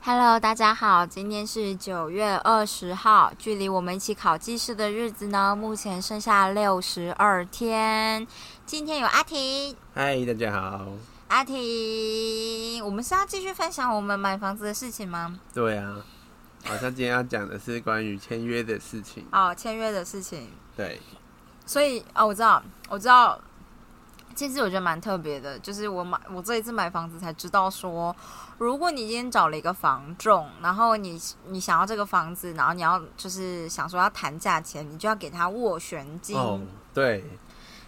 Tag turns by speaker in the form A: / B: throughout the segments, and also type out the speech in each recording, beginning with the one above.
A: Hello，大家好，今天是九月二十号，距离我们一起考技师的日子呢，目前剩下六十二天。今天有阿婷，
B: 嗨，大家好。
A: 阿婷，我们是要继续分享我们买房子的事情吗？
B: 对啊，好像今天要讲的是关于签约的事情。
A: 哦，签约的事情。
B: 对，
A: 所以哦，我知道，我知道。其实我觉得蛮特别的，就是我买我这一次买房子才知道说，如果你今天找了一个房仲，然后你你想要这个房子，然后你要就是想说要谈价钱，你就要给他斡旋金，
B: 哦，对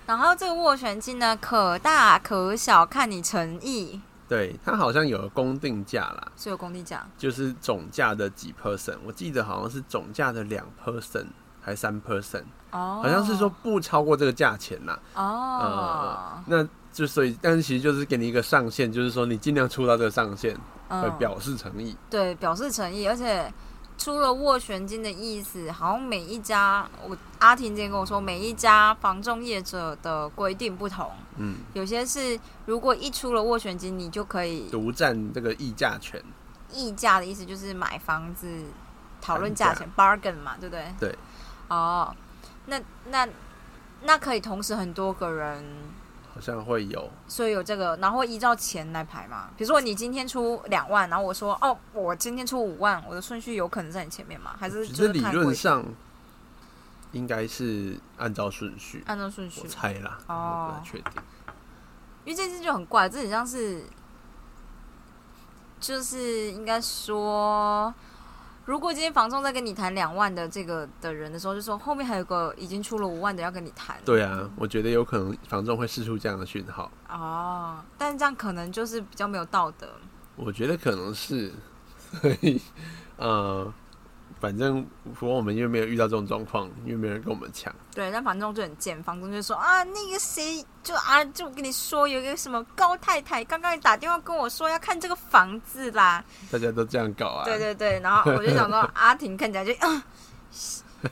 A: 然后这个斡旋金呢可大可小，看你诚意，
B: 对，它好像有公定价啦，
A: 所以有工地讲
B: 就是总价的几 percent，我记得好像是总价的两 percent 还三 percent，
A: 哦，
B: 好像是说呃不超过这个价钱啦。
A: 哦，
B: 那就所以，但是其实就是给你一个上限，就是说你尽量出到这个上限，
A: 嗯
B: 会表示诚意。
A: 对，表示诚意，而且出了斡旋金的意思，好像每一家，我阿婷姐跟我说，每一家房仲业者的规定不同，
B: 嗯，
A: 有些是如果一出了斡旋金，你就可以
B: 独占这个议价权。
A: 议价的意思就是买房子讨论价
B: 谈价
A: 钱 bargain 嘛，对不对？
B: 对。
A: 哦，那那那可以同时很多个人。
B: 好像会有，
A: 所以有这个，然后会依照钱来排嘛。比如说你今天出两万，然后我说哦，我今天出五万，我的顺序有可能在你前面嘛？还是
B: 只
A: 就是
B: 理
A: 看
B: 论
A: 贵
B: 上应该是按照顺序。
A: 按照顺序
B: 我？猜啦，
A: 哦
B: 我不太确定。
A: 因为这次就很怪，这很像是，就是应该说，如果今天房仲在跟你谈两万的这个的人的时候，就说后面还有个已经出了五万的要跟你谈。
B: 对啊，我觉得有可能房仲会试出这样的讯号，
A: 哦，但这样可能就是比较没有道德。
B: 我觉得可能是， 所以呃，反正不过我们又没有遇到这种状况，又没有人跟我们抢，
A: 对，但房仲就很贱，房仲就说啊，那个谁就啊，就我跟你说，有一个什么高太太刚刚打电话跟我说要看这个房子啦，
B: 大家都这样搞啊。
A: 对对对，然后我就 想说阿婷看起来就啊。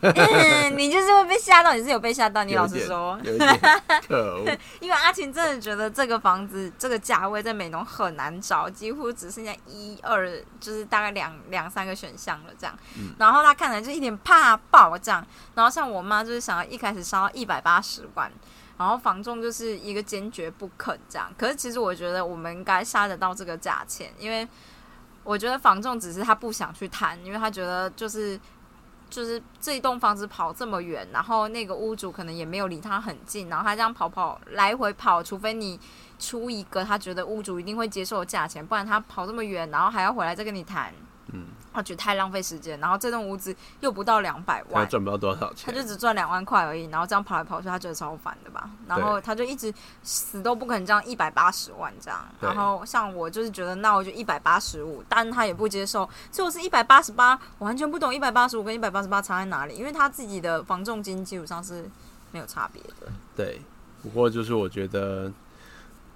A: 嗯，你就是会被吓到，你是有被吓到。你
B: 有
A: 老
B: 一点
A: 实说，
B: 有一点可恶。
A: 因为阿婷真的觉得这个房子这个价位在美浓很难找，几乎只剩下一二，就是大概两两三个选项了这样。
B: 嗯
A: 然后她看起来就一脸怕爆这样。然后像我妈就是想要一开始烧到一百八十万，然后房仲就是一个坚决不肯这样。可是其实我觉得我们应该杀得到这个价钱，因为我觉得房仲只是他不想去谈，因为他觉得就是。就是这一栋房子跑这么远，然后那个屋主可能也没有离他很近，然后他这样跑跑来回跑，除非你出一个他觉得屋主一定会接受的价钱，不然他跑这么远，然后还要回来再跟你谈，
B: 嗯，
A: 他觉得太浪费时间。然后这栋屋子又不到两百
B: 他
A: 万，
B: 赚不到多少
A: 他
B: 钱
A: 就，只赚两万块而已，然后这样跑来跑去，他觉得超烦的吧？然后他就一直死都不肯这样一百八十万这样。
B: 对
A: 然后像我就是觉得，那我就一百八十五，但他也不接受，所以我是一百八十八，我完全不懂一百八十五跟一百八十八差在哪里，因为他自己的房重金基本上是没有差别的。
B: 对，不过就是我觉得，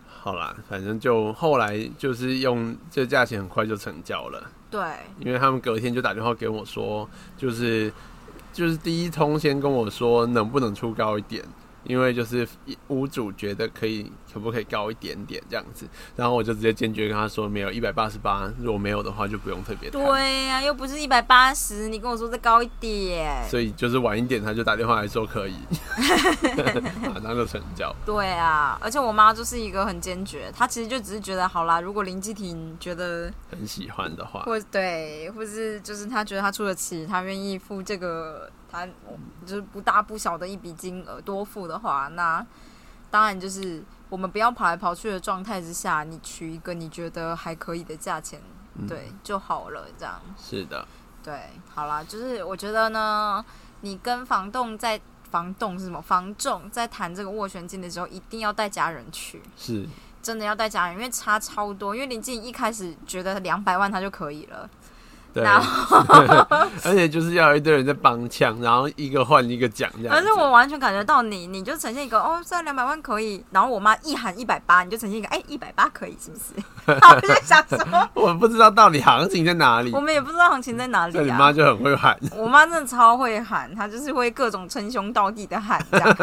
B: 好啦，反正就后来就是用这价钱很快就成交了。
A: 对，
B: 因为他们隔天就打电话给我说，就是就是第一通先跟我说能不能出高一点，因为就是屋主觉得可以可不可以高一点点这样子，然后我就直接坚决跟他说没有一百八十八，188, 如果没有的话就不用特别谈。
A: 对呀、又不是一百八十，你跟我说再高一点，
B: 所以就是晚一点，他就打电话来 说可以，马上就成交。
A: 对啊，而且我妈就是一个很坚决，她其实就只是觉得好啦，如果林继廷觉得
B: 很喜欢的话，
A: 或对，或是就是他觉得他出得起，他愿意付这个，他就是不大不小的一笔金额多付的话，那当然就是我们不要跑来跑去的状态之下，你取一个你觉得还可以的价钱，
B: 嗯
A: 对、就好了，这样
B: 是的，
A: 对，好啦，就是我觉得呢，你跟房东在房东是什么房仲在谈这个斡旋金的时候，一定要带家人去。
B: 是
A: 真的要带家人，因为差超多。因为林静一开始觉得两百万他就可以了，
B: 对，
A: 然
B: 而且就是要有一堆人在帮腔，然后一个换一个讲这样
A: 但
B: 子。
A: 是我完全感觉到你，你就呈现一个哦，这两百万可以，然后我妈一喊一百八，你就呈现一个哎一百八可以是不是？ 然后我就想说，
B: 我不知道到底行情在哪里
A: 我，们也不知道行情在哪
B: 那
A: 里
B: 你
A: 啊。
B: 妈就很会喊，
A: 我妈真的超会喊，她就是会各种称兄道弟的喊，这样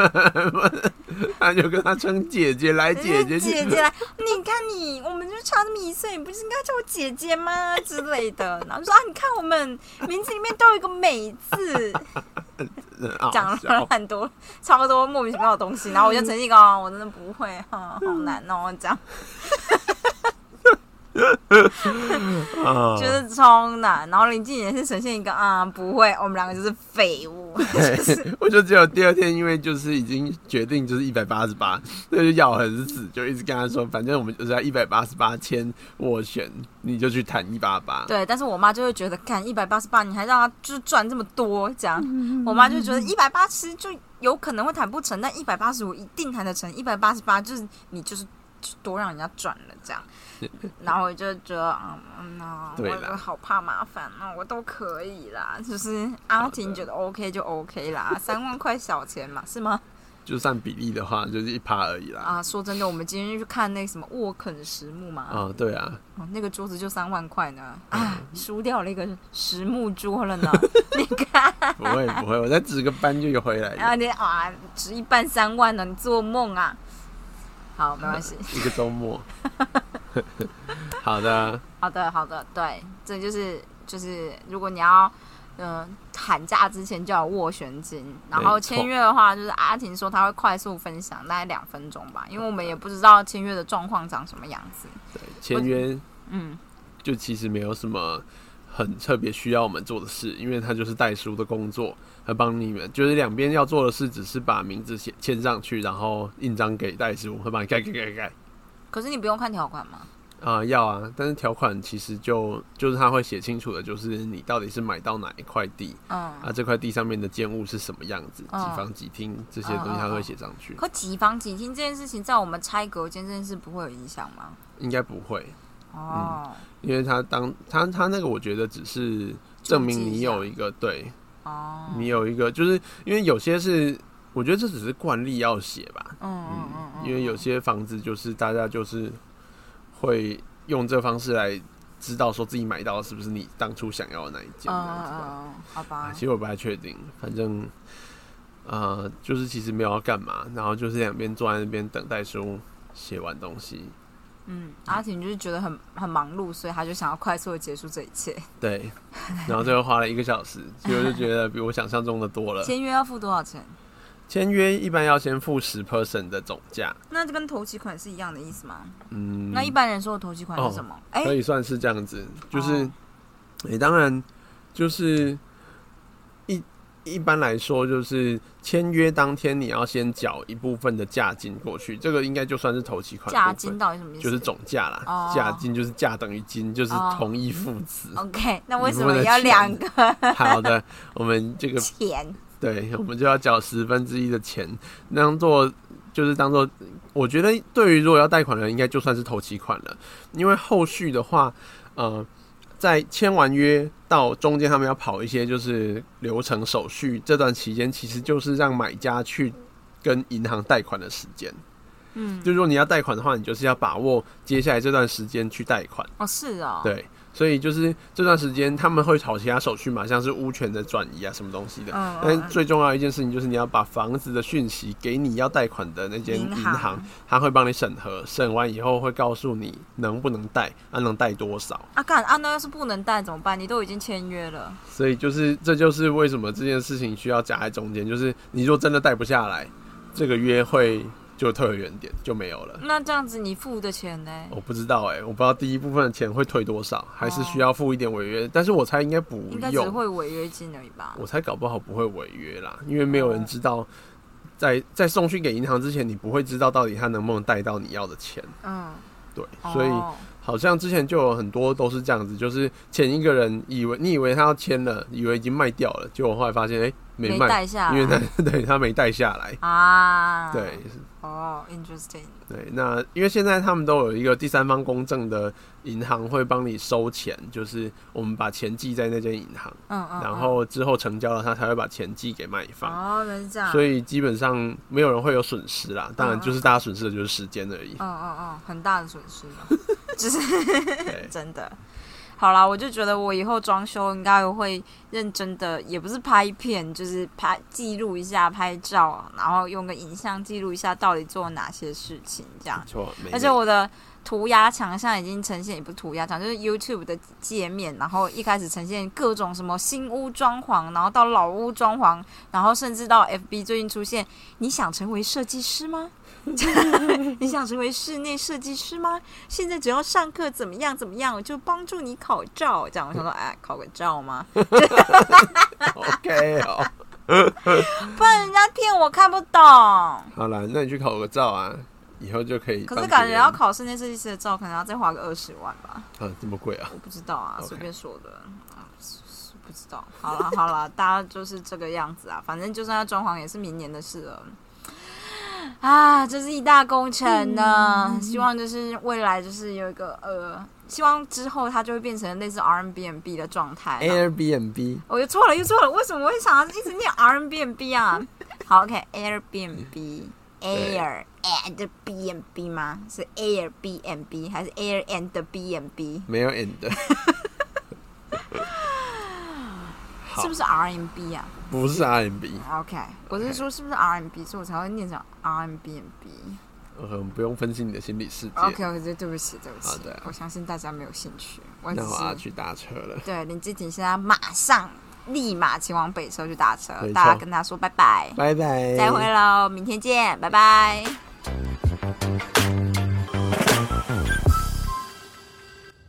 B: 她就跟她称姐姐来 姐姐，
A: 姐姐来，你看你，我们就差那么一岁，你不是应该叫我姐姐 吗之类的？然后说啊，你看我们名字里面都有一个美字，
B: 很啊好
A: 讲了
B: 笑
A: 很多超多莫名其妙的东西，然后我就呈现一个、哦、我真的不会哈、好难哦，这样
B: 啊
A: 觉得超难。然后林静也是呈现一个啊不会，我们两个就是废 物，就是
B: 对，我就只有第二天，因为就是已经决定就是一百八十八， 那就咬很死，就一直跟他说，反正我们就是要一百八十八签斡旋，你就去谈一八八。
A: 对，但是我妈就会觉得，看一百八十八，你还让她就是赚这么多，这样，我妈就觉得一百八十就有可能会谈不成，但一百八十五一定谈得成，一百八十八就是你就是就多让人家赚了 这样。然后我就觉得，嗯嗯呐、
B: 对
A: 我
B: 啦
A: 好怕麻烦啊，我都可以啦，就是阿婷觉得 OK 就 OK 啦，三万块小钱嘛，是吗？
B: 就算比例的话，就是一趴而已啦。
A: 啊，说真的，我们今天去看那个什么沃肯实木嘛，
B: 啊、对啊，
A: 哦，那个桌子就三万块呢，啊，
B: 嗯
A: 输掉了一个实木桌了呢。你看
B: 不会不会，我再值个班就回来了
A: 啊，你啊，值一半三万呢，你做梦啊！好，没关系。
B: 一个 周末。 好的，啊
A: 好的，好的，对，这就是就是，如果你要嗯、呃喊价之前就要斡旋金，然后
B: 没错
A: 签约的话，就是阿婷说她会快速分享，大概两分钟吧，因为我们也不知道签约的状况长什么样子。
B: 对签约
A: 嗯，
B: 就其实没有什么很特别需要我们做的事，因为它就是代书的工作，来帮你们，就是两边要做的事，只是把名字写签上去，然后印章给代书，会帮你盖盖盖盖盖。
A: 可是你不用看条款吗？
B: 啊、要啊，但是条款其实就就是他会写清楚的，就是你到底是买到哪一块地
A: 嗯，
B: 啊，这块地上面的建物是什么样子，几
A: 嗯
B: 房几厅这些东西，他会写上去，
A: 可几房几厅这件事情，在我们拆隔间这件事不会有影响吗？
B: 应该不会，
A: 哦，
B: 因为他当他他那个我觉得只是证明你有一个对
A: 哦，
B: 你有一个，就是因为有些是，我觉得这只是惯例要写吧，
A: 嗯嗯嗯嗯，
B: 因为有些房子就是大家就是会用这方式来知道说自己买到的是不是你当初想要的那一件
A: 嗯
B: 这样
A: 嗯
B: 子吧。
A: 嗯，好
B: 啊
A: 吧
B: 其，实我不太确定，反正呃，就是其实没有要干嘛，然后就是两边坐在那边等待书写完东西，
A: 嗯，阿婷就是觉得很很忙碌，所以她就想要快速的结束这一切。
B: 对，然后最后花了一个小时，所以我就觉得比我想象中的多了。
A: 签约要付多少钱？
B: 签约一般要先付十 percent 的总价，
A: 那就跟头期款是一样的意思吗？
B: 嗯，哦
A: 那一般人说的头期款是什么？哎
B: 可，以算是这样子，就是，
A: 哦
B: 诶、当然，就是一一般来说，就是签约当天你要先缴一部分的价金过去，这个应该就算是头期款
A: 价
B: 部
A: 金
B: 分，
A: 到底什么意思？
B: 就是总价啦
A: 哦，
B: 价、金就是价等于金，就是
A: 哦
B: 同义副词。
A: OK，那为什
B: 你
A: 么
B: 问的
A: 要
B: 钱
A: 两个
B: 好的，我们这个
A: 钱？
B: 对，我们就要缴十分之一的钱，当做就是当做，我觉得对于如果要贷款的人，应该就算是头期款了，因为后续的话，呃，在签完约到中间，他们要跑一些就是流程手续，这段期间其实就是让买家去跟银行贷款的时间。
A: 嗯，
B: 就如果你要贷款的话，你就是要把握接下来这段时间去贷款。
A: 哦，是哦，
B: 对，所以就是这段时间他们会跑其他手续嘛，像是屋权的转移啊，什么东西的。
A: 嗯，嗯
B: 但最重要的一件事情就是你要把房子的讯息给你要贷款的那间
A: 银
B: 银
A: 行
B: 行，他会帮你审核，审完以后会告诉你能不能贷，啊能贷多少。
A: 啊，干啊，那要是不能贷怎么办？你都已经签约了，
B: 所以就是这就是为什么这件事情需要夹在中间，就是你如果真的贷不下来，这个约会就退回原点就没有了。
A: 那这样子你付的钱呢？
B: 我不知道哎、我不知道第一部分的钱会退多少，还是需要付一点违约，但是我猜应该不
A: 哦应该只
B: 用，
A: 会违约金而已吧？
B: 我猜搞不好不会违约啦，因为没有人知道在，在送去给银行之前，你不会知道到底他能不能贷到你要的钱。
A: 嗯，
B: 对，所以
A: 哦
B: 好像之前就有很多都是这样子，就是前一个人以为你以为他要签了，以为已经卖掉了，结果后来发现，哎、没
A: 没
B: 卖，
A: 带下来
B: 因为他 对他没带下来。
A: 啊，
B: 对，
A: 哦，interesting，
B: 对，那因为现在他们都有一个第三方公证的银行会帮你收钱，就是我们把钱寄在那间银行，
A: 嗯嗯，
B: 然后之后成交了，他才会把钱寄给卖
A: 嗯
B: 方。
A: 哦，原来是这样，
B: 所
A: 以，
B: 以基本上没有人会有损失啦，当然就是大家损失的就是时间而 已。
A: 嗯嗯嗯，很大的损失嘛，就是
B: 对，
A: 真的。好啦，我就觉得我以后装修应该会认真的，也不是拍片，就是拍记录一下拍照，然后用个影像记录一下到底做了哪些事情这样
B: 没。错，没
A: 而且我的涂鸦墙现在已经呈现，也不是涂鸦墙，就是 YouTube 的界面。然后一开始呈现各种什么新屋装潢，然后到老屋装潢，然后甚至到 FB 最近出现，你想成为设计师吗？ 你想成为室内设计师吗？现在只要上课怎么样怎么样，我就帮助你考照。这样我想说，哎，考个照吗？
B: OK 哦，
A: 不然人家骗我看不懂。
B: 好啦，那你去考个照啊，以后就可以帮别人。
A: 可是感觉要考室内设计师的照，可能要再花个二十万吧。
B: 啊这么贵啊？
A: 我不知道啊，
B: OK
A: 随便说的啊，是是不知道。好了 好了，大家就是这个样子啊，反正就算要装潢也是明年的事了。啊，这是一大工程呢，希望就是未来就是有一个呃，希望之后它就会变成类似 r b n b 的状态啦。哦
B: Airbnb
A: 我又错了，又错了，为什么我会想要一直念 r b n b 啊？好，OK，Airbnb。Air and B n B 吗？是 Air B n B 还是 Air and B n B？
B: 没有 end，好
A: 是不是 RMB 啊
B: 不是 RMB，
A: ？OK，我是说是不是 RMB，所以我才会念成 RMBNB。
B: 嗯，不用分析你的心理世界。
A: OK，我对对不起，对不
B: 好
A: 起
B: 的，
A: 我相信大家没有兴趣，我只
B: 那我要
A: 是
B: 去搭车了，
A: 对林志婷现在马上立马前往北车去打车
B: 没，错
A: 大家跟他说拜拜，
B: 拜拜，
A: 再会喽，明天见，拜拜。